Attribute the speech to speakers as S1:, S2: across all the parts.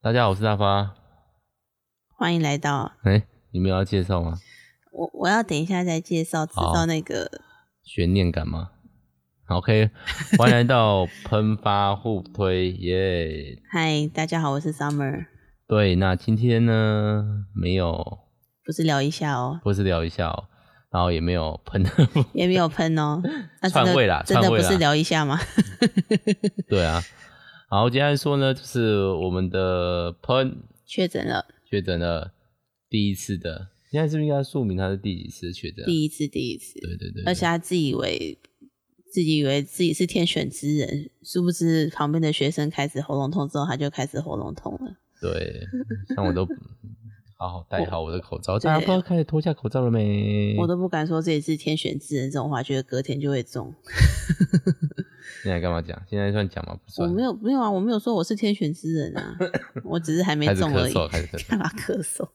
S1: 大家好，我是大发。
S2: 欢迎来到
S1: 哎、你们有要介绍吗？
S2: 我，我要等一下再介绍，知
S1: 好
S2: 道那个
S1: 悬念感吗？OK，欢 迎来到喷发互推耶。
S2: 嗨，大家好，我是 Summer，
S1: 对，那今天呢，没有，
S2: 不是聊一下哦，
S1: 不是聊一下哦，然后也没有喷的，
S2: 也没有喷哦，那真
S1: 篡位啦
S2: 的真的
S1: 篡位
S2: 不
S1: 啦
S2: 是聊一下吗？
S1: 对啊。然后接下来说呢，就是我们的喷
S2: 确诊了，
S1: 确诊了第一次的，现在是不是应该说明他是第几次确诊啊？
S2: 第一次，第一次，
S1: 对对对，
S2: 而且他自以为自己以为自己是天选之人，殊不知旁边的学生开始喉咙痛之后，他就开始喉咙痛
S1: 嗯
S2: 了。
S1: 对，像我 都好好戴好我的口罩，
S2: 对
S1: 大家不知道开始脱下口罩了没？
S2: 我都不敢说自己是天选之人这种话，觉得隔天就会中。
S1: 现在干嘛讲？现在算讲吗？不
S2: 我
S1: 算，
S2: 没有没有啊，我没有说我是天选之人 啊，我只是还没
S1: 开始
S2: 中
S1: 咳
S2: 而已。
S1: 嗽，开始咳嗽，
S2: 干嘛咳嗽？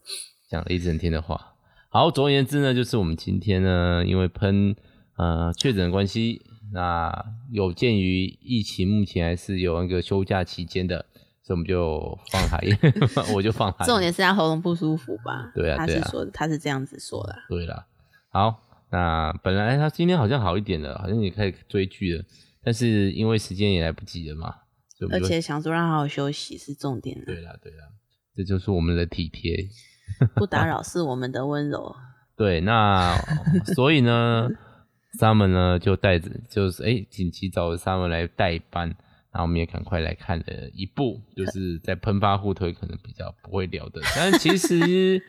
S1: 讲了一整天的话。好，总而言之呢，就是我们今天呢，因为喷呃确诊的关系，那有鉴于疫情目前还是有那个休假期间的，所以我们就放 海，我就放海。
S2: 重点是他喉咙不舒服吧？
S1: 啊对啊
S2: 他
S1: 对
S2: 是
S1: 啊
S2: 说他是这样子说啦。
S1: 对啦，好，那本来他今天好像好一点了，好像也开始追剧了，但是因为时间也来不及了嘛，所以我
S2: 而
S1: 们就
S2: 且想说让他好好休息是重点啊，
S1: 对啦对啦，这就是我们的体贴。
S2: 不
S1: 啊
S2: 打扰是我们的温柔。
S1: 对，那所以呢，Summer 呢就带着就是哎紧急找了 Summer 来代班，然后我们也赶快来看了一部，就是在喷发互推可能比较不会聊的，但其实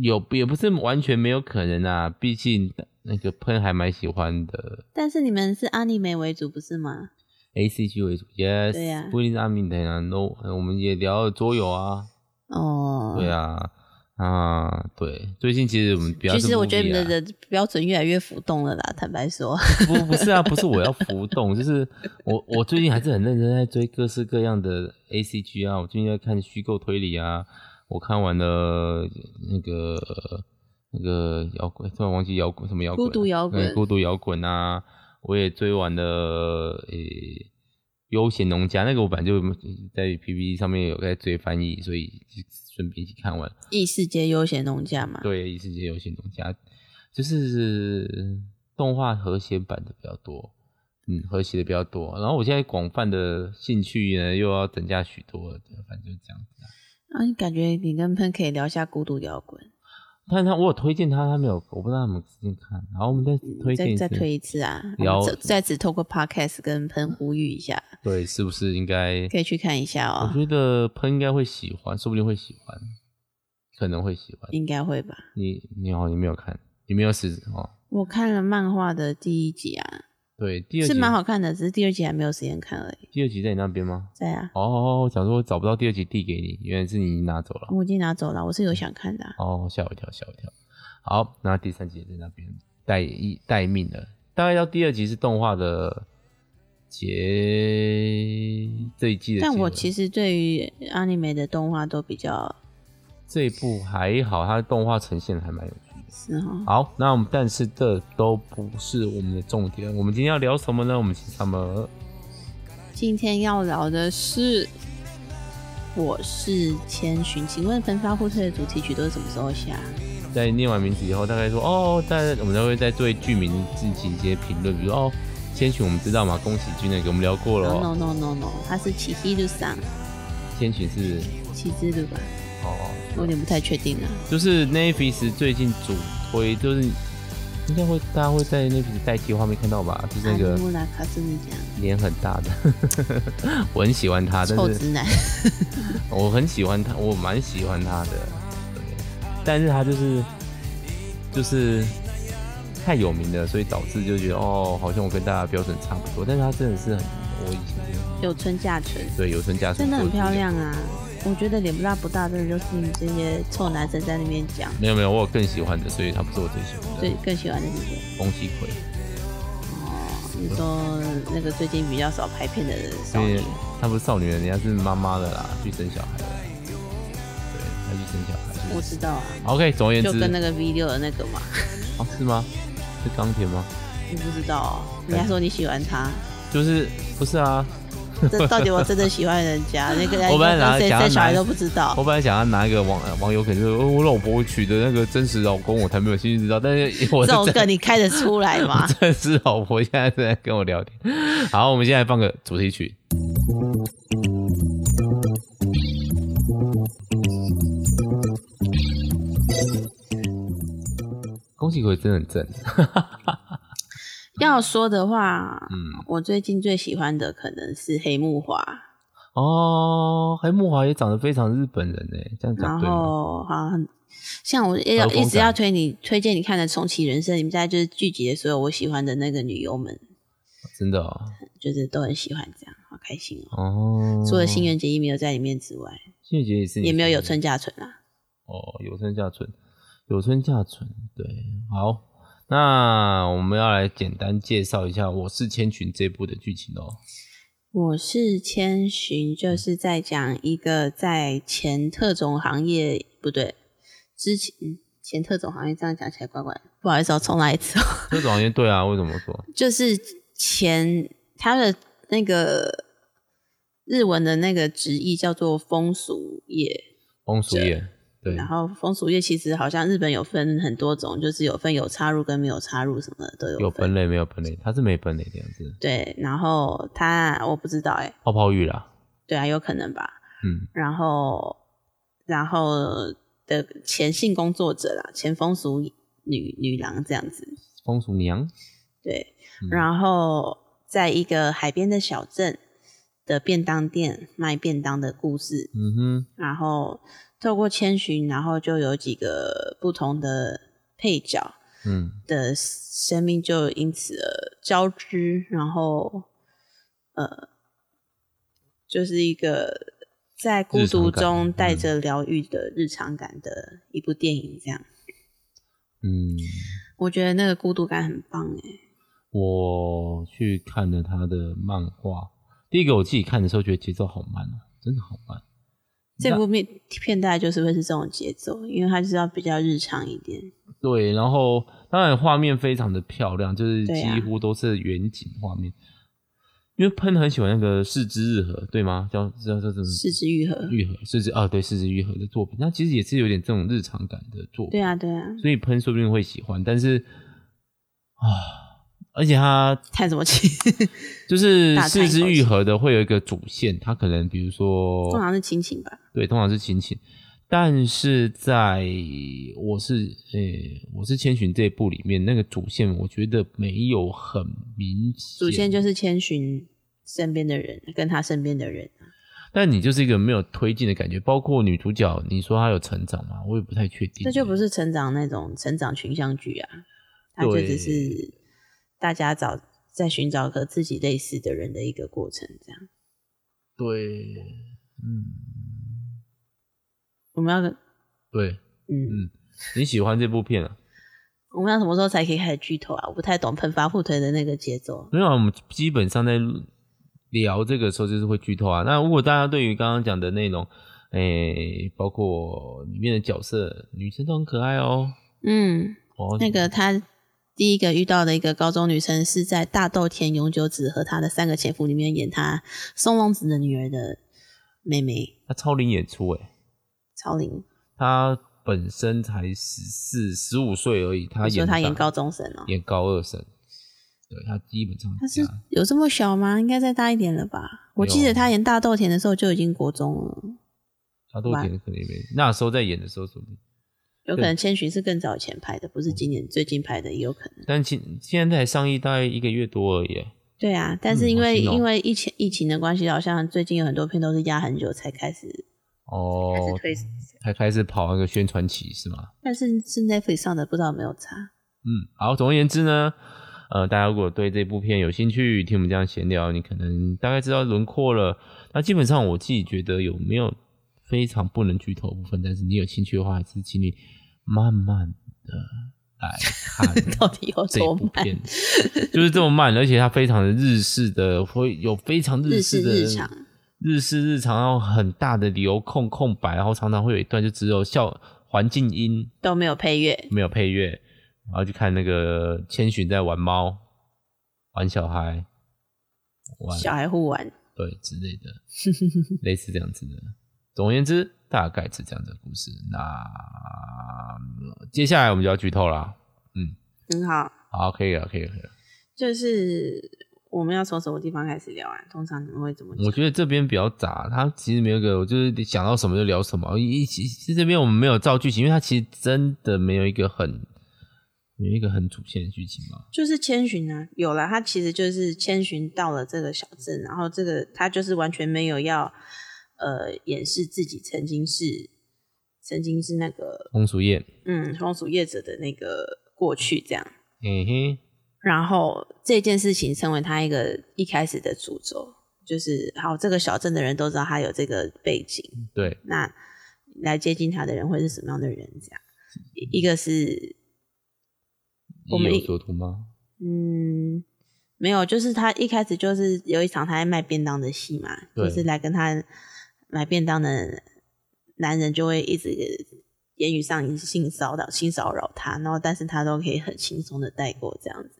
S1: 有也不是完全没有可能啊，毕竟那个喷还蛮喜欢的。
S2: 但是你们是阿尼美为主不是吗？
S1: A C G 为主，yes，
S2: 对呀
S1: 不一定是阿明的呀，no，呃我们也聊了桌游啊，
S2: 哦，
S1: 对啊，啊，对，最近其实我们比较
S2: 其
S1: 是
S2: 实我觉得
S1: movie
S2: 你们
S1: 啊
S2: 的标准越来越浮动了啦，坦白说，
S1: 不不是啊，不是我要浮动，就是我我最近还是很认真在追各式各样的 A C G 啊，我最近在看虚构推理啊，我看完了那个那个摇滚，突然忘记摇滚什么摇滚了，
S2: 孤独摇滚
S1: 嗯孤独摇滚啊，我也追完了诶、悠闲农家》那个，我本来就在 P P 上面有在追翻译，所以就顺便一起看完。
S2: 异世界悠闲农家嘛。
S1: 对，异世界游戏农家，就是动画和谐版的比较多，嗯，和谐的比较多。然后我现在广泛的兴趣呢，又要增加许多了，对反正就是这样子啊。
S2: 啊，你感觉你跟喷可以聊一下孤独摇滚，
S1: 但是他我有推荐他，他没有，我不知道他们最近看。然后我们再推荐
S2: 嗯再
S1: 一
S2: 再
S1: 次
S2: 推一次啊！我
S1: 聊
S2: 们再再次透过 podcast 跟喷呼吁一下，
S1: 对，是不是应该？
S2: 可以去看一下
S1: 我
S2: 哦，
S1: 觉得喷应该会喜欢，说不定会喜欢，可能会喜欢。
S2: 应该会吧？
S1: 你你好，你没有看，你没有死哦。
S2: 我看了漫画的第一集啊，
S1: 对，第二集
S2: 是蛮好看的，只是第二集还没有时间看而已。
S1: 第二集在你那边吗？
S2: 对啊，
S1: 哦，我想说我找不到第二集递给你，原来是你拿走了。
S2: 我已经拿走了，我是有想看的啊、
S1: 哦，吓我一跳，吓我一跳。好，那第三集也在那边待一待命了。大概到第二集是动画的结这一季的结尾，
S2: 但我其实对于 anime 的动画都比较
S1: 这一部还好，它的动画呈现得还蛮有趣的。
S2: 是哈，
S1: 好，那我们但是这都不是我们的重点，我们今天要聊什么呢？我们请他们
S2: 今天要聊的是，我是千寻。请问《焚发互退》的主题曲都是什么时候下？啊
S1: 在念完名字以后，大概说哦，大家我们都会在对剧名进行一些评论，比如说哦，千寻我们知道嘛，宫崎骏那个我们聊过了、
S2: no
S1: 哦，
S2: no no no，它是起西路上，
S1: 千寻是
S2: 起之路吧？
S1: 哦，
S2: 我有点不太确定啊。
S1: 就是 Netflix 最近主推，就是应该会大家会在 Netflix 代替画面看到吧，就是那
S2: 阿
S1: 个
S2: 努拉卡斯米讲，
S1: 脸很大的， 我很喜欢他，但
S2: 臭
S1: 是
S2: 直男，
S1: 我很喜欢他，我蛮喜欢他的，对，但是他就是就是太有名了，所以导致就觉得哦，好像我跟大家标准差不多，但是他真的是很，我以前觉得
S2: 有春嫁春，
S1: 对有村架纯
S2: 真的很漂。亮啊。我觉得脸不大不大，真的就是你这些臭男生在那边讲，
S1: 没有没有，我有更喜欢的，所以他不是我最喜欢
S2: 最
S1: 的。
S2: 更喜欢的是谁？
S1: 宫崎葵，
S2: 哦，你说那个最近比较少拍片的少
S1: 因
S2: 女
S1: 为，她不是少女了，人家是妈妈了啦，去生小孩了。对，她去生小孩。
S2: 我
S1: 就是
S2: 知道啊，
S1: OK，总而言
S2: 就
S1: 之，
S2: 跟那个 V 六的那个嘛，
S1: 哦是吗？是钢铁吗？
S2: 啊
S1: 哎
S2: 你不知道、哦，人家说你喜欢他，
S1: 就是不是啊？
S2: 这到底我真的喜欢人家？那个人
S1: 我本来拿
S2: 谁
S1: 想要
S2: 生小
S1: 拿
S2: 孩都不知道
S1: 我。本来想要拿一个网网友，可能说哦我老婆娶的那个真实老公，我才没有兴趣知道。但是我
S2: 这
S1: 是
S2: 种
S1: 真
S2: 梗你开得出来吗？
S1: 真实老婆现在在跟我聊天。好，我们现在放个主题曲。宫崎葵真的很正，
S2: 要说的话，
S1: 嗯，
S2: 我最近最喜欢的可能是黑木华，
S1: 啊哦，黑木华也长得非常日本人呢，这样
S2: 然
S1: 讲对吗？
S2: 后好像像我也要
S1: 和风
S2: 一直
S1: 展
S2: 要推你推荐你看的《重启人生》，你们家就是聚集了所有我喜欢的那个女优们，
S1: 真的哦，
S2: 就是都很喜欢这样，好开心哦。
S1: 哦，
S2: 除了新垣结衣没有在里面之外，
S1: 新垣结衣是你
S2: 也没有
S1: 喜
S2: 有
S1: 欢的
S2: 村架纯啊。
S1: 哦，有村架纯，有村架纯，对，好，那我们要来简单介绍一下《我是千寻》这部的剧情哦。
S2: 我是千寻，就是在讲一个在前特种行业不对，之前嗯前特种行业这样讲起来怪怪的，不好意思哦，我重来一次哦。
S1: 这种行业对啊，为什么说？
S2: 就是前他的那个日文的那个直译叫做风俗业，
S1: 风俗业，对，
S2: 然后风俗业其实好像日本有分很多种，就是有分有插入跟没有插入什么的都
S1: 有
S2: 分。
S1: 分类没有分类，它是没分类的样子。
S2: 对，然后他我不知道哎、
S1: 泡泡浴啦，
S2: 对啊，有可能吧。
S1: 嗯，
S2: 然后然后的前性工作者啦，前风俗女女郎这样子，
S1: 风俗娘，
S2: 对，
S1: 嗯
S2: 然后在一个海边的小镇的便当店卖便当的故事，
S1: 嗯哼，
S2: 然后透过千寻，然后就有几个不同的配角
S1: 嗯，
S2: 的生命就因此而交织，然后呃，就是一个在孤独
S1: 日常感嗯
S2: 中带着疗愈的日常感的一部电影，这样
S1: 嗯，
S2: 我觉得那个孤独感很棒哎，
S1: 我去看了他的漫画，第一个我自己看的时候觉得节奏好慢哦，真的好慢。
S2: 这部片片大概就是会是这种节奏，因为它就是要比较日常一点。
S1: 对，然后当然画面非常的漂亮，就是
S2: 对啊
S1: 几乎都是远景画面。因为喷很喜欢那个四之日和，对吗？叫叫叫什么？
S2: 四之愈合，
S1: 愈合，四之啊，对，四之愈合的作品，那其实也是有点这种日常感的作
S2: 对
S1: 品，
S2: 啊对啊，
S1: 所以喷说不定会喜欢。但是啊，而且它
S2: 叹什么气？
S1: 就是
S2: 大叹
S1: 四
S2: 一口
S1: 之愈
S2: 气
S1: 合的会有一个主线，它可能比如说
S2: 通常是亲情吧，
S1: 对，通常是亲情。但是在我是诶、我是千寻这一部里面，那个主线我觉得没有很明显。
S2: 祖先就是千寻身边的人，跟他身边的人，
S1: 但你就是一个没有推进的感觉。包括女主角，你说她有成长吗？我也不太确定。欸
S2: 这就不是成长那种成长群像剧啊，它就
S1: 对
S2: 只是大家找在寻找和自己类似的人的一个过程，这样。
S1: 对，嗯，
S2: 我们要
S1: 对，
S2: 嗯，
S1: 你喜欢这部片啊？
S2: 我们要什么时候才可以开始剧透啊？我不太懂喷发互推的那个节奏。
S1: 没有啊，我们基本上在聊这个时候就是会剧透啊。那如果大家对于刚刚讲的内容，诶、包括里面的角色，女生都很可爱哦。
S2: 嗯，
S1: 哦，
S2: 那个他第一个遇到的一个高中女生是在大豆田永久子和她的三个前夫里面演她松隆子的女儿的妹妹
S1: 他超龄演出欸诶，
S2: 超龄，
S1: 他本身才十四、十五岁而已，他
S2: 你说
S1: 演
S2: 她演
S1: 大
S2: 高中生哦、
S1: 演高二生，对他基本上
S2: 他是
S1: 家
S2: 有这么小吗？应该再大一点了吧？我
S1: 啊
S2: 记得他演大豆田的时候就已经国中了，
S1: 他都演可能也没那时候在演的时候说不定，
S2: 有可能千寻是更早以前拍的，
S1: 嗯
S2: 不是今年最近拍的，也有可能。
S1: 但现现在才上映大概一个月多而已耶。
S2: 对啊，但是因为、
S1: 好新哦
S2: 因为疫情疫情的关系，好像最近有很多片都是压很久才开始
S1: 哦
S2: 开始，推，
S1: 才开始跑那个宣传期是吗？
S2: 但是是 Netflix 上的，不知道有没有差。
S1: 嗯，好，总而言之呢，呃，大家如果对这部片有兴趣，听我们这样闲聊，你可能大概知道轮廓了。那基本上我自己觉得有没有非常不能剧透的部分，但是你有兴趣的话，还是请你慢慢的来 看
S2: 到底有
S1: 这
S2: 多
S1: 部
S2: 慢？
S1: 片，就是这么慢，而且它非常的日式的，会有非常
S2: 日
S1: 式
S2: 式
S1: 的
S2: 日常，
S1: 日式日常，然后很大的留空空白，然后常常会有一段就只有笑环境音
S2: 都没有配乐，
S1: 没有配乐，然后去看那个千寻在玩猫、玩小孩、玩
S2: 小孩互玩，
S1: 对之类的，类似这样子的。 总而言之，大概是这样的故事。那嗯接下来我们就要剧透啦。嗯，
S2: 很好。
S1: 好，可以了，可以了，可以了。
S2: 就是我们要从什么地方开始聊啊？通常你们会怎么讲？
S1: 我觉得这边比较杂，它其实没有一个，我就是想到什么就聊什么。一其实这边我们没有照剧情，因为它其实真的没有一个很没有一个很主线的剧情嘛。
S2: 就是千寻啊，有了，他其实就是千寻到了这个小镇，然后这个他就是完全没有要呃掩饰自己曾经是曾经是那个
S1: 风俗业，
S2: 嗯风俗业者的那个过去这样，
S1: 嗯哼，
S2: 然后这件事情成为他一个一开始的主轴，就是好这个小镇的人都知道他有这个背景，
S1: 对，
S2: 那来接近他的人会是什么样的人这样，一一个是我
S1: 意
S2: 们
S1: 有
S2: 一
S1: 所图吗？
S2: 嗯，没有，就是他一开始就是有一场他在卖便当的戏嘛，就
S1: 对
S2: 是来跟他买便当的男人就会一直言语上性骚扰、性骚扰他，然后但是他都可以很轻松的带过这样子。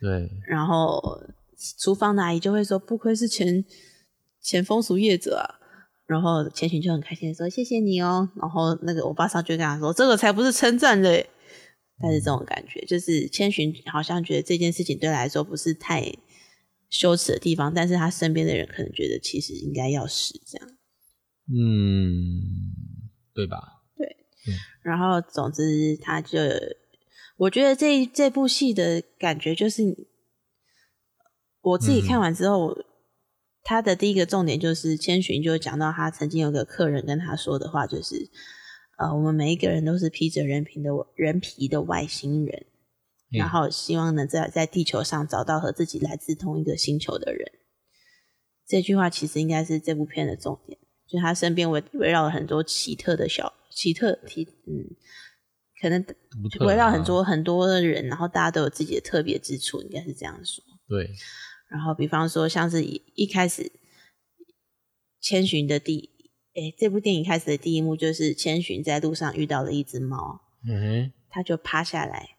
S1: 对，
S2: 然后厨房的阿姨就会说：“不愧是前前风俗业者啊。”然后千寻就很开心的说：“谢谢你哦。”然后那个欧巴桑就跟他说：“这个才不是称赞嘞。”但是这种感觉就是千寻好像觉得这件事情对他来说不是太羞耻的地方，但是他身边的人可能觉得其实应该要是这样。
S1: 嗯，对吧？
S2: 然后总之他就，我觉得这这部戏的感觉就是，我自己看完之后，他的第一个重点就是千寻就讲到他曾经有个客人跟他说的话，就是，呃，我们每一个人都是披着人皮的人皮的外星人，
S1: 嗯
S2: 然后希望能在在地球上找到和自己来自同一个星球的人。这句话其实应该是这部片的重点。就他身边围围绕了很多奇特的小奇特奇嗯，可能
S1: 独特
S2: 围绕很
S1: 啊
S2: 多很多的人，然后大家都有自己的特别之处，应该是这样说。
S1: 对，
S2: 然后比方说像是一一开始千寻的第诶，这部电影开始的第一幕就是千寻在路上遇到了一只猫，
S1: 嗯哼，
S2: 他就趴下来，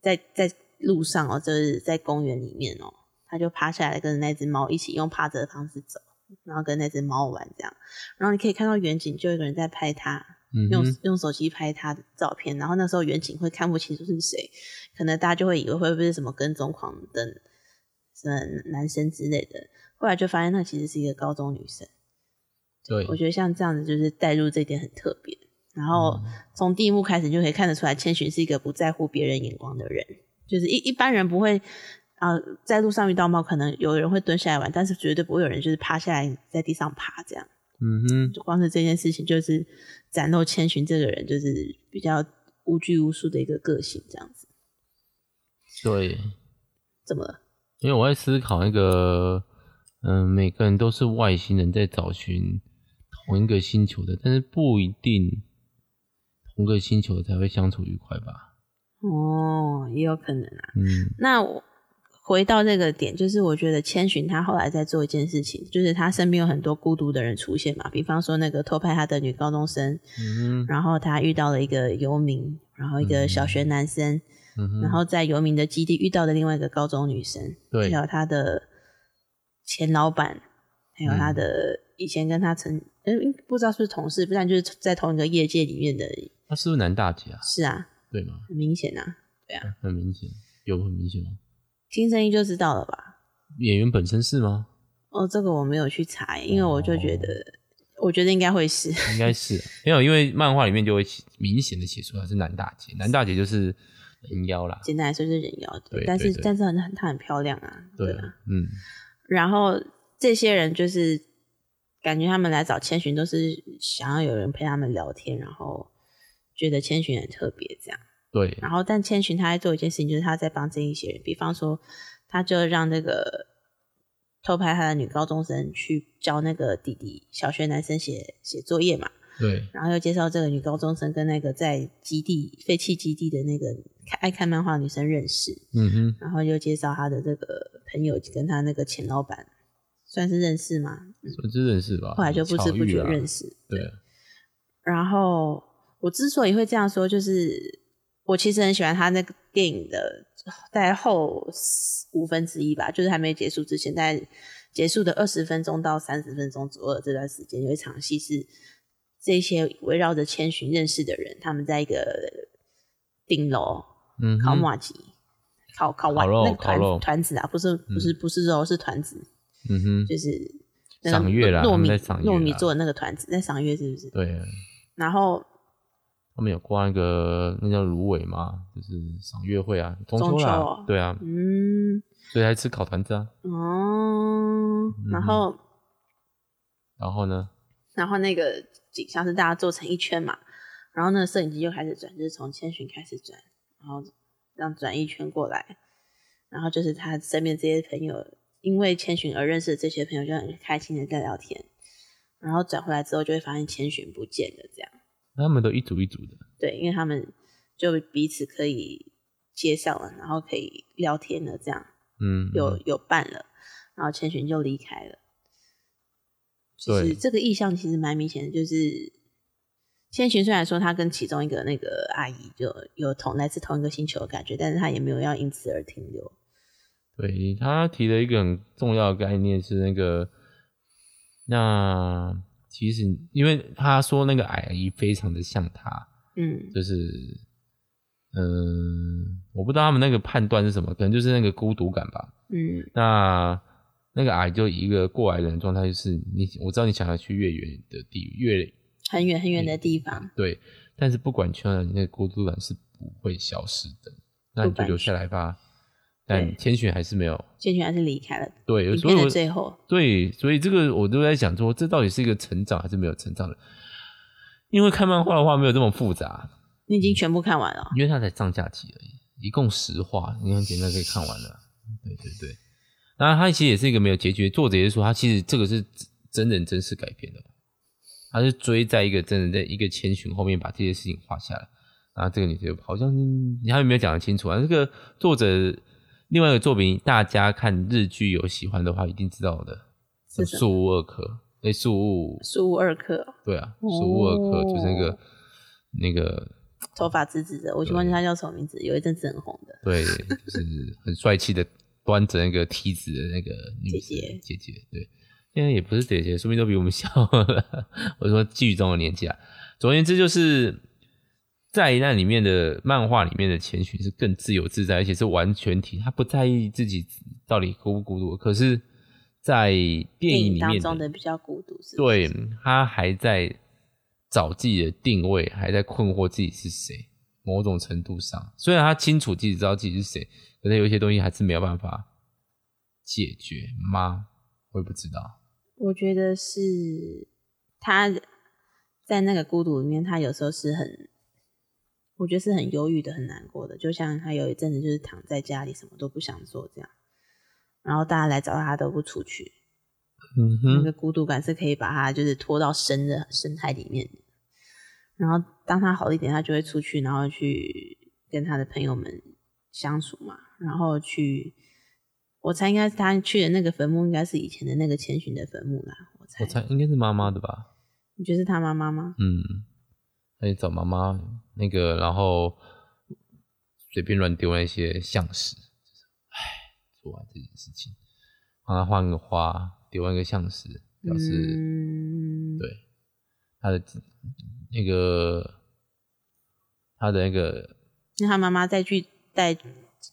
S2: 在在路上哦，就是在公园里面哦，他就趴下来跟那只猫一起用趴着的方式走，然后跟那只猫玩这样。然后你可以看到远景，就有一个人在拍他，
S1: 嗯
S2: 用
S1: 哼，
S2: 用手机拍他的照片。然后那时候远景会看不清楚是谁，可能大家就会以为会不会是什么跟踪狂等什么男生之类的。后来就发现那其实是一个高中女生。
S1: 对
S2: 我，觉得像这样子就是带入这一点很特别。然后从第一幕开始就可以看得出来，千寻是一个不在乎别人眼光的人，就是一一般人不会啊、呃在路上遇到猫，可能有人会蹲下来玩，但是绝对不会有人就是趴下来在地上爬这样。
S1: 嗯哼，
S2: 就光是这件事情，就是展露千寻这个人就是比较无拘无束的一个个性这样子。
S1: 对，
S2: 怎么了？
S1: 因为我在思考那个，嗯、每个人都是外星人在找寻同一个星球的，但是不一定同个星球才会相处愉快吧？
S2: 哦，也有可能啊。
S1: 嗯，
S2: 那我回到这个点，就是我觉得千寻他后来在做一件事情，就是他身边有很多孤独的人出现嘛，比方说那个偷拍他的女高中生，
S1: 嗯哼，
S2: 然后他遇到了一个游民，然后一个小学男生，
S1: 嗯哼，
S2: 然后在游民的基地遇到的另外一个高中女生，还
S1: 对，
S2: 有他的前老板，还有他的
S1: 嗯
S2: 以前跟他曾，呃、不知道是不是同事，不然就是在同一个业界里面的，
S1: 他是不是男大姐啊？
S2: 是啊，
S1: 对吗？
S2: 很明显啊，
S1: 很明显，有很明显吗？
S2: 听声音就知道了吧。
S1: 演员本身是吗？
S2: 哦，这个我没有去查耶，因为我就
S1: 哦
S2: 觉得，我觉得应该会是，
S1: 应该是啊没有，因为漫画里面就会写明显的写出来是男大姐，男大姐就是人妖啦。
S2: 简单来说就是人妖，
S1: 对
S2: 但
S1: 对
S2: 是
S1: 对
S2: 但是很她很漂亮啊，
S1: 对
S2: 啊。
S1: 啊，嗯，
S2: 然后这些人就是感觉他们来找千寻都是想要有人陪他们聊天，然后觉得千寻很特别这样。
S1: 对，
S2: 然后但千寻他在做一件事情，就是他在帮这一些人，比方说他就让那个偷拍他的女高中生去教那个弟弟小学男生写写作业嘛。
S1: 对，
S2: 然后又介绍这个女高中生跟那个在基地废弃基地的那个看爱看漫画的女生认识，
S1: 嗯哼，
S2: 然后又介绍她的这个朋友跟她那个前老板，算是认识吗？嗯
S1: 我真认识吧？啊
S2: 后来就不知不觉认
S1: 识。
S2: 识。
S1: 对啊，
S2: 然后我之所以会这样说，就是我其实很喜欢他那个电影的，在后五分之一吧，就是还没结束之前，大概结束的二十分钟到三十分钟左右的这段时间，有一场戏是这些围绕着千寻认识的人，他们在一个顶楼
S1: 嗯哼，
S2: 烤马吉，烤烤丸
S1: 烤肉
S2: 那个团
S1: 烤肉
S2: 团子啊，不是不是不是肉，是团子，
S1: 嗯哼，
S2: 就是那个
S1: 赏月啦
S2: 糯
S1: 他们
S2: 米
S1: 在赏月啦
S2: 糯米做的那个团子，在赏月是不是？
S1: 对，啊
S2: 然后
S1: 他们有挂那个那叫芦苇嘛，就是赏月会啊，中
S2: 中
S1: 秋啦，
S2: 秋哦
S1: 对啊，
S2: 嗯
S1: 所以还吃烤团子啊。
S2: 哦，然
S1: 嗯哼
S2: 后
S1: 然后呢，
S2: 然后那个景象是大家做成一圈嘛，然后那个摄影机就开始转，就是从千寻开始转，然后这样转一圈过来，然后就是他身边这些朋友，因为千寻而认识的这些朋友就很开心的在聊天，然后转回来之后就会发现千寻不见了，这样
S1: 他们都一组一组的，
S2: 对，因为他们就彼此可以接上了，然后可以聊天了，这样
S1: 嗯，
S2: 有
S1: 嗯
S2: 有伴了，然后千寻就离开了。就是
S1: 对
S2: 这个意向其实蛮明显的，就是千寻虽然说他跟其中一个那个阿姨就有同来自同一个星球的感觉，但是他也没有要因此而停留。
S1: 对他提了一个很重要的概念是那个，那其实因为他说那个矮姨非常的像他，
S2: 嗯
S1: 就是，嗯，我不知道他们那个判断是什么，可能就是那个孤独感吧。
S2: 嗯
S1: 那那个阿姨就以一个过来人的状态，就是你我知道你想要去越远的地越
S2: 很
S1: 嗯
S2: 远很远的地方，
S1: 对，但是不管去哪里，那个孤独感是不会消失的。那你就留下来吧。但
S2: 对
S1: 千寻还是没有
S2: 千寻还是离开了。
S1: 对，
S2: 影
S1: 所以
S2: 片
S1: 我
S2: 的最后，
S1: 对，所以这个我都在想说，这到底是一个成长还是没有成长的？因为看漫画的话没有这么复杂，
S2: 你已经全部看完了。
S1: 因为它才上下集而已，一共十话，你很简单可以看完了。对对对，然后它其实也是一个没有结局，作者也是说它其实这个是真人真事改编的，他是追在一个真人在一个千寻后面把这些事情画下来，然后这个女的好像你还有没有讲得清楚啊？这个作者另外一个作品，大家看日剧有喜欢的话一定知道的，
S2: 是什么
S1: 树屋二科，哎，树屋
S2: 苏二克
S1: 对啊，树屋二科就是那个、
S2: 哦
S1: 那个
S2: 头发直直的，我就忘记他叫什么名字，有一阵子很红的。
S1: 对，就是很帅气的端着那个梯子的那个女生姐
S2: 姐
S1: 姐，对，现在也不是姐姐，说明都比我们小了。我说剧中的年纪啊，总而言之就是。在那里面的漫画里面的千寻是更自由自在，而且是完全体，他不在意自己到底孤不孤独。可是，在电
S2: 电
S1: 影
S2: 影
S1: 里
S2: 当
S1: 面
S2: 中的比较孤独，是不是
S1: 对他还在找自己的定位，还在困惑自己是谁。某种程度上，虽然他清楚自己知道自己是谁，可是有一些东西还是没有办法解决吗？我也不知道。
S2: 我觉得是他在那个孤独里面，他有时候是很，我觉得是很忧郁的、很难过的。就像他有一阵子就是躺在家里，什么都不想做这样，然后大家来找他，他都不出去。
S1: 嗯
S2: 那，个孤独感是可以把他就是拖到深的深海里面的。然后当他好一点，他就会出去，然后去跟他的朋友们相处嘛，然后去，我猜应该是他去的那个坟墓应该是以前的那个千寻的坟墓啦，我猜。
S1: 我猜应该是妈妈的吧。
S2: 你觉得是他妈妈吗？
S1: 嗯，他去找妈妈那个，然后随便乱丢那些像石，唉，做完这件事情，帮他换个花，丢那个像石，表示、
S2: 嗯，
S1: 对，他的那个他的那个
S2: 那他妈妈再去在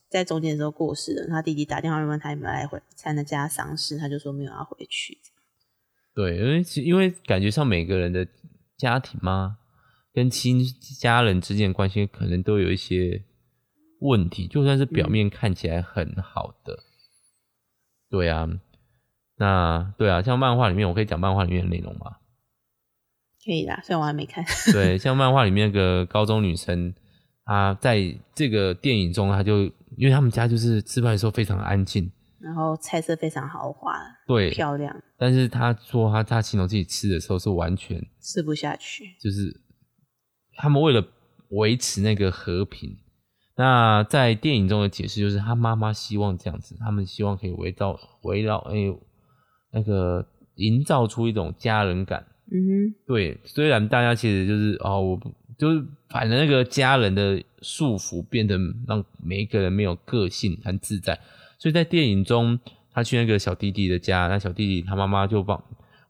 S2: 在中间的时候过世了，他弟弟打电话问他有没有来回参加丧事，他就说没有要回去。
S1: 对，因为其因为感觉上每个人的家庭嘛，跟亲家人之间的关系可能都有一些问题，就算是表
S2: 嗯
S1: 面看起来很好的，对啊，那对啊，像漫画里面，我可以讲漫画里面的内容吗？
S2: 可以啦，虽然我还没看。
S1: 对，像漫画里面那个高中女生，她在这个电影中，她就因为他们家就是吃饭的时候非常安静，
S2: 然后菜色非常豪华，
S1: 对，
S2: 漂亮，
S1: 但是她说她她形容自己吃的时候是完全
S2: 吃不下去。
S1: 就是他们为了维持那个和平。那在电影中的解释就是，她妈妈希望这样子，他们希望可以围绕围绕哎、那个营造出一种家人感，
S2: 嗯
S1: 对，虽然大家其实就是哦，我不就是反正那个家人的束缚，变得让每一个人没有个性，很自在。所以在电影中，他去那个小弟弟的家，那小弟弟他妈妈就帮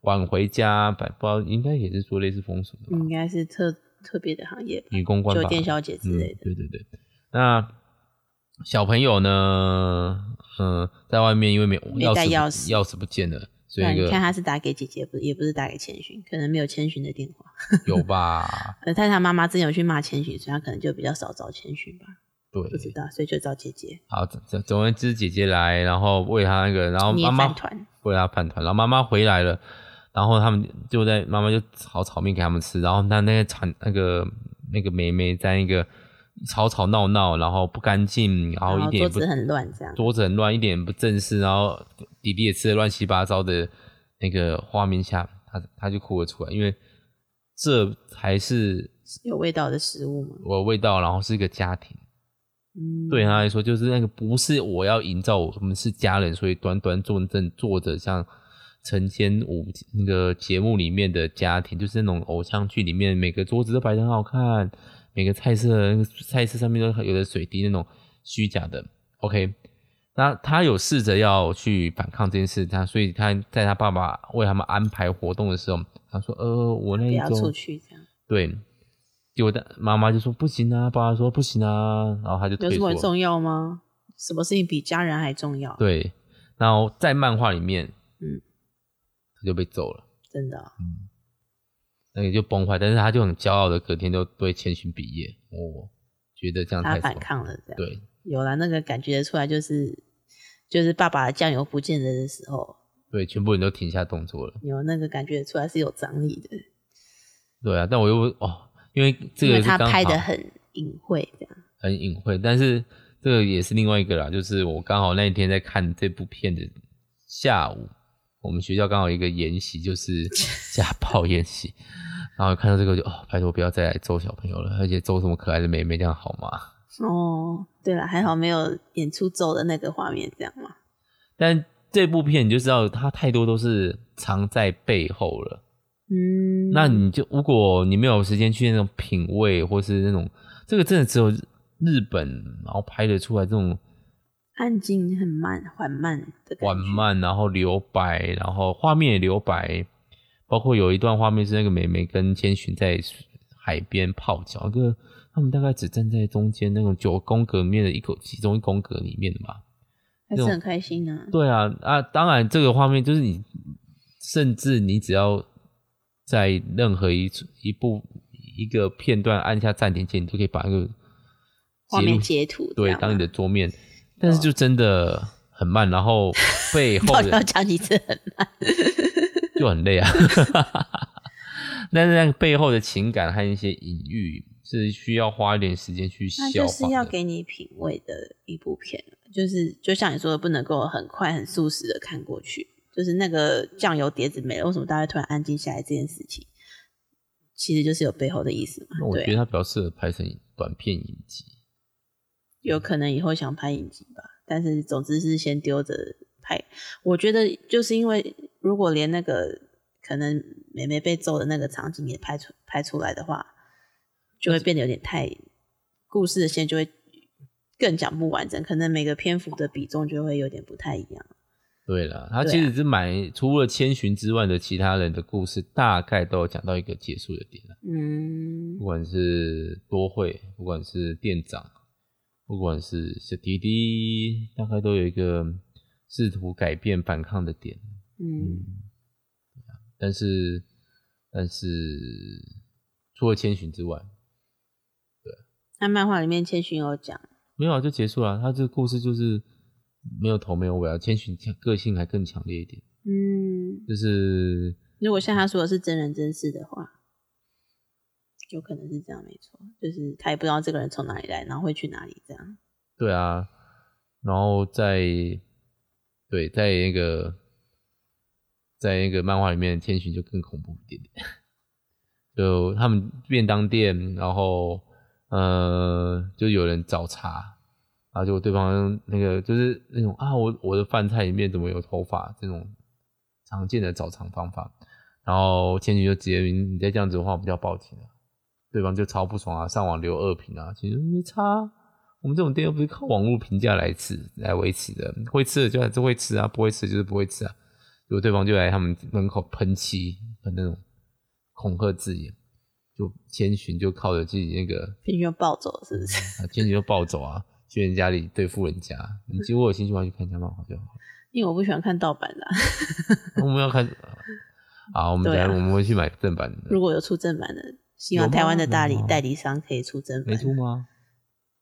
S1: 晚回家，不不知道应该也是做类似风俗的吧，
S2: 应该是特特别的行业吧，
S1: 女公关吧，
S2: 酒店小姐之类
S1: 嗯
S2: 的。。
S1: 对对对，那小朋友呢？嗯、在外面因为没
S2: 没
S1: 钥
S2: 带
S1: 匙
S2: 钥匙
S1: 匙，钥匙不见了，所
S2: 那
S1: 以一
S2: 你看
S1: 个
S2: 他是打给姐姐，不也不是打给千寻，可能没有千寻的电话。
S1: 有 吧？
S2: 可能但是他妈妈之前有去骂千寻，所以他可能就比较少找千寻吧，
S1: 对，
S2: 不知道，所以就找姐姐。
S1: 好，总总总而言之，姐姐来，然后为他那个，然后
S2: 捏
S1: 妈
S2: 饭
S1: 妈
S2: 团，
S1: 为他饭团，然后妈妈回来了，然后他们就在妈妈就炒炒面给他们吃，然后那那个产那个那个妹妹在那个吵吵闹闹，然后不干净，然后
S2: 然
S1: 一
S2: 后
S1: 点也
S2: 桌
S1: 不
S2: 子很乱，这样。
S1: 桌子很乱，一点也不正式，然后弟弟也吃的乱七八糟的那个画面下，他他就哭了出来，因为这才是
S2: 有味道的食物吗？
S1: 我的味道，然后是一个家庭。
S2: 嗯，
S1: 对他来说，就是那个不是我要营造我们是家人，所以端端坐正坐着像陈千武那个节目里面的家庭，就是那种偶像剧里面每个桌子都摆得很好看，每个菜色那个菜色上面都有的水滴那种虚假的。OK，那他有试着要去反抗这件事，他所以他在他爸爸为他们安排活动的时候，他说：“呃，我那
S2: 不
S1: 一
S2: 要
S1: 周
S2: 出去这样。
S1: 对。”结果他妈妈就说不行啊，爸爸说不行啊，然后他就退
S2: 有什
S1: 缩
S2: 么
S1: 了。
S2: 重要吗？什么事情比家人还重要？
S1: 对，然后在漫画里面，
S2: 嗯，
S1: 他就被揍了，
S2: 真的哦、
S1: 那个就崩坏，但是他就很骄傲的隔天就对千寻毕业，我觉得这样
S2: 他
S1: 太
S2: 反
S1: 爽，
S2: 抗了，这样。
S1: 对
S2: 有了那个感觉出来，就是就是爸爸的酱油不见了的时候，
S1: 对，全部人都停下动作了，
S2: 有那个感觉出来是有张力的，
S1: 对啊，但我又哦，因为这
S2: 因
S1: 个
S2: 为
S1: 是
S2: 他
S1: 刚好
S2: 拍的很隐晦，这样
S1: 很隐晦，但是这个也是另外一个啦，就是我刚好那一天在看这部片的下午，我们学校刚好有一个研习，就是 家暴研习，然后看到这个就哦，拜托不要再来揍小朋友了，而且揍这么可爱的妹妹，这样好吗？
S2: 哦，对了，还好没有演出走的那个画面，这样嘛，
S1: 但这部片你就知道，它太多都是藏在背后了。
S2: 嗯，
S1: 那你就如果你没有时间去那种品味，或是那种这个真的只有日本然后拍得出来这种
S2: 按静很慢，缓慢的感觉
S1: 缓，慢，然后留白，然后画面也留白，包括有一段画面是那个美眉跟千寻在海边泡脚，那个他们大概只站在中间那种九宫格里面的一个其中一宫格里面的吧，
S2: 还是很开心啊，
S1: 对啊，啊，当然这个画面就是你，甚至你只要在任何一处一部一个片段按下暂停键，你都可以把那个
S2: 画面
S1: 录
S2: 截图，这
S1: 对
S2: 样嘛啊
S1: 当 你的桌面，但是就真的很慢，然后 背后
S2: 到底要
S1: 的
S2: 讲几次 很慢，
S1: 就很累啊。 但是那个背后的情感和一些隐喻是需要花一点时间去
S2: 那
S1: 消
S2: 就是
S1: 化
S2: 要
S1: 的。
S2: 给你品味的一部片，就是就像你说的，不能够很快很速食的看过去。就是那个酱油碟子没了，为什么大家突然安静下来这件事情，其实就是有背后的意思
S1: 那
S2: 嘛。
S1: 我
S2: 对
S1: 觉得
S2: 啊、
S1: 它比较适合拍成短片影集。
S2: 有可能以后想拍影集吧，但是总之是先丢着拍。我觉得就是因为如果连那个可能妹妹被揍的那个场景也拍出拍出来的话，就会变得有点太故事的线就会更讲不完整，可能每个篇幅的比重就会有点不太一样。
S1: 对了，他
S2: 对
S1: 其
S2: 啊
S1: 实是买、除了千寻之外的其他人的故事，大概都有讲到一个结束的点了。
S2: 嗯
S1: 不，管是多惠，不管是店长，不管是小迪迪，大概都有一个试图改变反抗的点。
S2: 嗯，
S1: 嗯，但是但是除了千寻之外，
S2: 那漫画里面千寻有讲，
S1: 没有啊，就结束了啊。他这个故事就是没有头没有尾啊。千寻个性还更强烈一点，
S2: 嗯，
S1: 就是
S2: 如果像他说的是真人真事的话，有可能是这样，没错，就是他也不知道这个人从哪里来，然后会去哪里，这样
S1: 对啊，然后在对在那个在那个漫画里面，千寻就更恐怖一点点。就他们便当店，然后呃，就有人找茬，然后结果对方那个就是那种啊，我我的饭菜里面怎么有头发这种常见的找茬方法，然后千寻就直接你再啊这样子的话，我们就要报警了。对方就超不爽啊，上网留恶评啊，其实没差，我们这种店又不是靠网络评价来吃来维持的，会吃的就还是会吃啊，不会吃就是不会吃啊。如果对方就来他们门口喷漆，喷那种恐吓字眼，就千寻就靠着自己那个
S2: 平均暴走是不是？
S1: 啊，千寻就暴走啊，去人家里对付人家。你如果有兴趣的话，去看一下漫画就好。
S2: 因为我不喜欢看盗版的啊、
S1: 我们要看啊，我们等
S2: 对啊
S1: 下我们会去买正版的。
S2: 如果有出正版的，希望
S1: 有吗
S2: 台湾的大理
S1: 有吗
S2: 代理商可以出正版
S1: 没。出吗？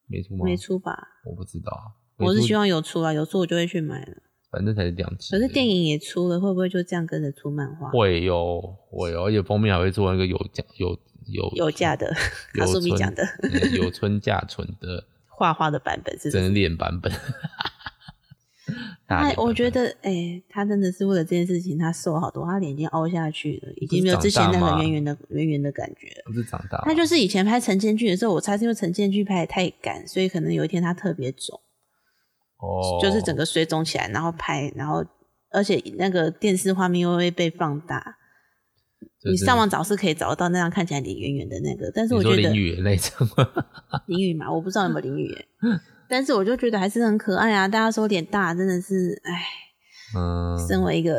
S1: 没出吗？
S2: 没，出吧？
S1: 我不知道啊。
S2: 我是希
S1: 望，
S2: 望有出啊，有出我就会去买了。
S1: 反正才是两集。啊
S2: 可是电影也出了，会不会就这样跟着出漫画？
S1: 会有会有，而且封面还会做那个有奖有有
S2: 有价的，
S1: 有
S2: 卡苏米
S1: 村
S2: 讲的
S1: 嗯有村架纯的
S2: 画画的版 本是不是？
S1: 真脸版 本。大
S2: 哎
S1: 脸，版
S2: 我
S1: 本
S2: 觉得，哎、他真的是为了这件事情，他瘦好多，他脸已经凹下去了，已经没有之前那个圆圆的圆圆的感觉了。
S1: 不是长大吗，
S2: 他就是以前拍陈建剧的时候，我猜是因为陈建剧拍的太赶，所以可能有一天他特别肿，
S1: 哦，
S2: 就是整个水肿起来，然后拍，然后而且那个电视画面又会被放大。
S1: 就是
S2: 你上网找是可以找得到那张看起来脸圆圆的那个，但是
S1: 你
S2: 我
S1: 说
S2: 觉得
S1: 淋雨的那 种吗？
S2: 淋雨嘛，我不知道有没有淋 雨、欸，但是我就觉得还是很可爱啊。大家说脸大真的是，哎，
S1: 嗯，
S2: 身为一个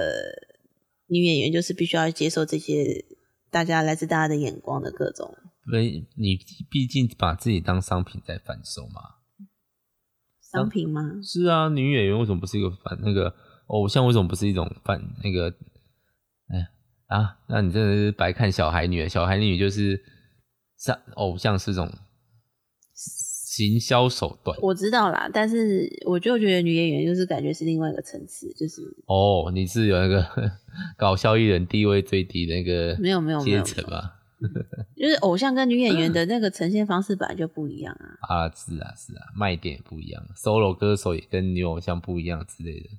S2: 女演员，就是必须要接受这些大家来自大家的眼光的各种
S1: 为你毕竟把自己当商品在贩售嘛。
S2: 商品吗？
S1: 是啊，女演员为什么不是一个反那个偶像？为什么不是一种反那个？哎啊，那你真的是白看小孩女了，小孩女就是像偶像是种行销手段。
S2: 我知道啦，但是我就觉得女演员就是感觉是另外一个层次，就是
S1: 哦，你是有那个 搞笑艺人地位最低的那个
S2: 没有没有没
S1: 阶
S2: 有
S1: 层吧？
S2: 就是偶像跟女演员的那个呈现方式本来就不一样啊。
S1: 啊，是啊是啊，卖点也不一样，solo 歌手也跟女偶像不一样之类的，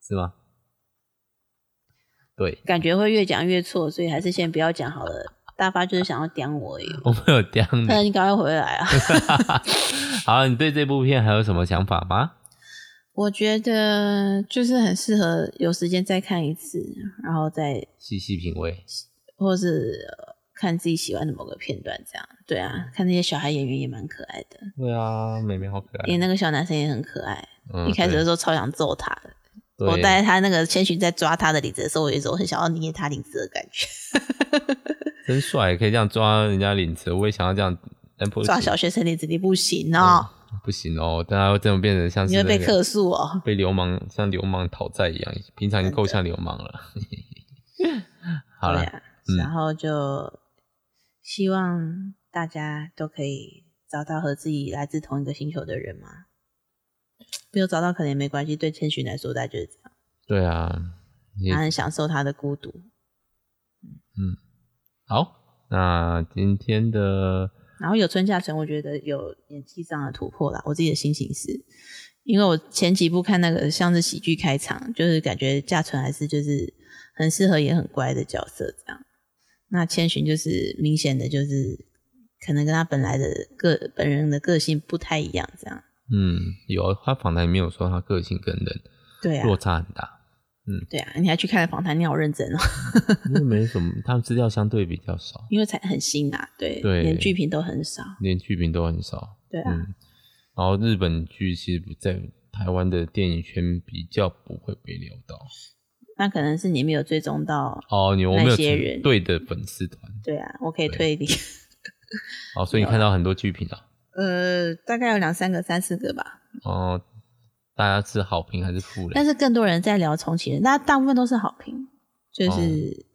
S1: 是吗？对，
S2: 感觉会越讲越错，所以还是先不要讲好了。大发就是想要点我而已，
S1: 我没有刁你。
S2: 那你赶快回来啊！
S1: 好，你对这部片还有什么想法吗？
S2: 我觉得就是很适合有时间再看一次，然后再
S1: 细细品味。
S2: 或是呃看自己喜欢的某个片段，这样对啊，看那些小孩演员也蛮可爱的，
S1: 对啊，妹妹好可爱
S2: 连那个小男生也很可爱。
S1: 嗯
S2: 一开始的时候超想揍他的，
S1: 对
S2: 我带他那个千寻在抓他的领子的时候，我有一种很想要捏他领子的感觉，
S1: 真帅，可以这样抓人家领子，我也想要这样，但不
S2: 抓
S1: 行
S2: 小学生领子你不行哦，
S1: 不行哦，但他会这种变成像是
S2: 你会被
S1: 那个
S2: 克诉哦。
S1: 被流氓像流氓讨债一样，平常已经够像流氓了。 好了
S2: 对，啊
S1: 嗯
S2: 然后就希望大家都可以找到和自己来自同一个星球的人嘛。没有找到可能也没关系，对千寻来说，大家就是这样，
S1: 对啊，也
S2: 他很享受他的孤独。
S1: 好，那今天的
S2: 然后有村架纯，我觉得有演技上的突破啦。我自己的心情是，因为我前几部看那个像是喜剧开场，就是感觉架纯还是就是很适合演很乖的角色这样。那千寻就是明显的就是可能跟他本来的个本人的个性不太一样这样。
S1: 嗯，有他访谈里面有说他个性跟人
S2: 对啊，
S1: 落差很大，
S2: 对啊，你还去看了访谈，你好认真哦，
S1: 因为没什么，他们资料相对比较少，
S2: 因为才很新啊，对，
S1: 对
S2: 连剧评都很少，
S1: 连剧评都很少。
S2: 对啊，
S1: 嗯，然后日本剧其实不在台湾的电影圈比较不会被聊到。
S2: 那可能是你没有追踪到，
S1: 哦，你我没有
S2: 那些
S1: 去
S2: 人
S1: 对的粉丝团
S2: 对啊，我可以
S1: 对
S2: 推理。
S1: 哦，所以你看到很多剧评啊。
S2: 呃，大概有两三个、三四个吧，
S1: 哦，大家是好评还是负
S2: 但
S1: 评？
S2: 是更多人在聊重启人，那大部分都是好评，
S1: 哦
S2: 就是、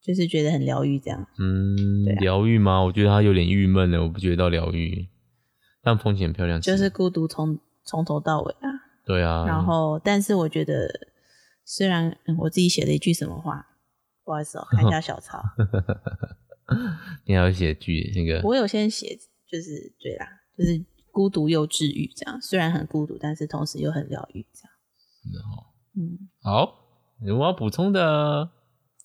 S2: 就是觉得很疗愈这样。
S1: 嗯
S2: 对啊，
S1: 疗愈、吗？我觉得他有点郁闷了，我不觉得到疗愈。但风景很漂亮，
S2: 就是孤独从从头到尾啊。
S1: 对啊。
S2: 然后，但是我觉得，虽然、嗯我自己写了一句什么话，不好意 思哦、看一下小抄，
S1: 你还要写剧那个，
S2: 我有先写，就是对啦，就是孤独又治愈这样。虽然很孤独，但是同时又很疗愈这样。
S1: 然后
S2: 嗯，
S1: 好，有我要补充的。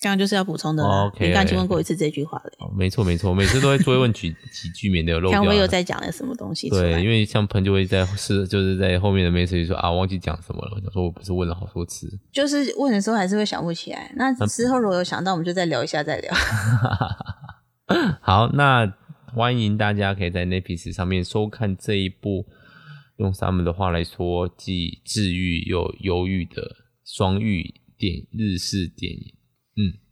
S2: 刚刚就是要补充的啦。
S1: 哦 OK
S2: 你刚刚已经问过一次这句话了、
S1: 哦没错没错，每次都会追问几 几句，免得有漏掉
S2: 看
S1: 啊。
S2: 我有在讲了什么东西出来
S1: 对，因。为像朋友就会在是就是在后面的 message 说啊忘记讲什么了，我想说我不是问了好多次，
S2: 就是问的时候还是会想不起来。那之后如果有想到，我们就再聊一下，再聊。
S1: 好，那欢迎大家可以在 Netflix 上面收看这一部用他们的话来说，既治愈又忧郁的双愈电日式电影。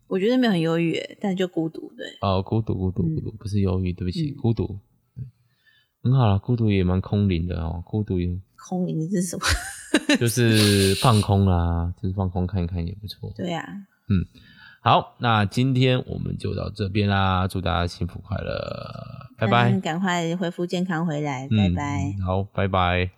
S2: 我觉得没有很忧郁耶，但就孤独，对，
S1: 哦，孤独，孤独，孤独，不是忧郁，对不起，
S2: 嗯
S1: 孤独。对很好啦，孤独也蛮空灵的哦，孤独也
S2: 空灵这是什么？
S1: 就是放空啦，就是放空看一看也不错。
S2: 对啊，
S1: 好，那今天我们就到这边啦，祝大家幸福快乐，拜拜，
S2: 嗯赶快恢复健康回来，拜
S1: 嗯
S2: 拜。，
S1: 好，拜拜。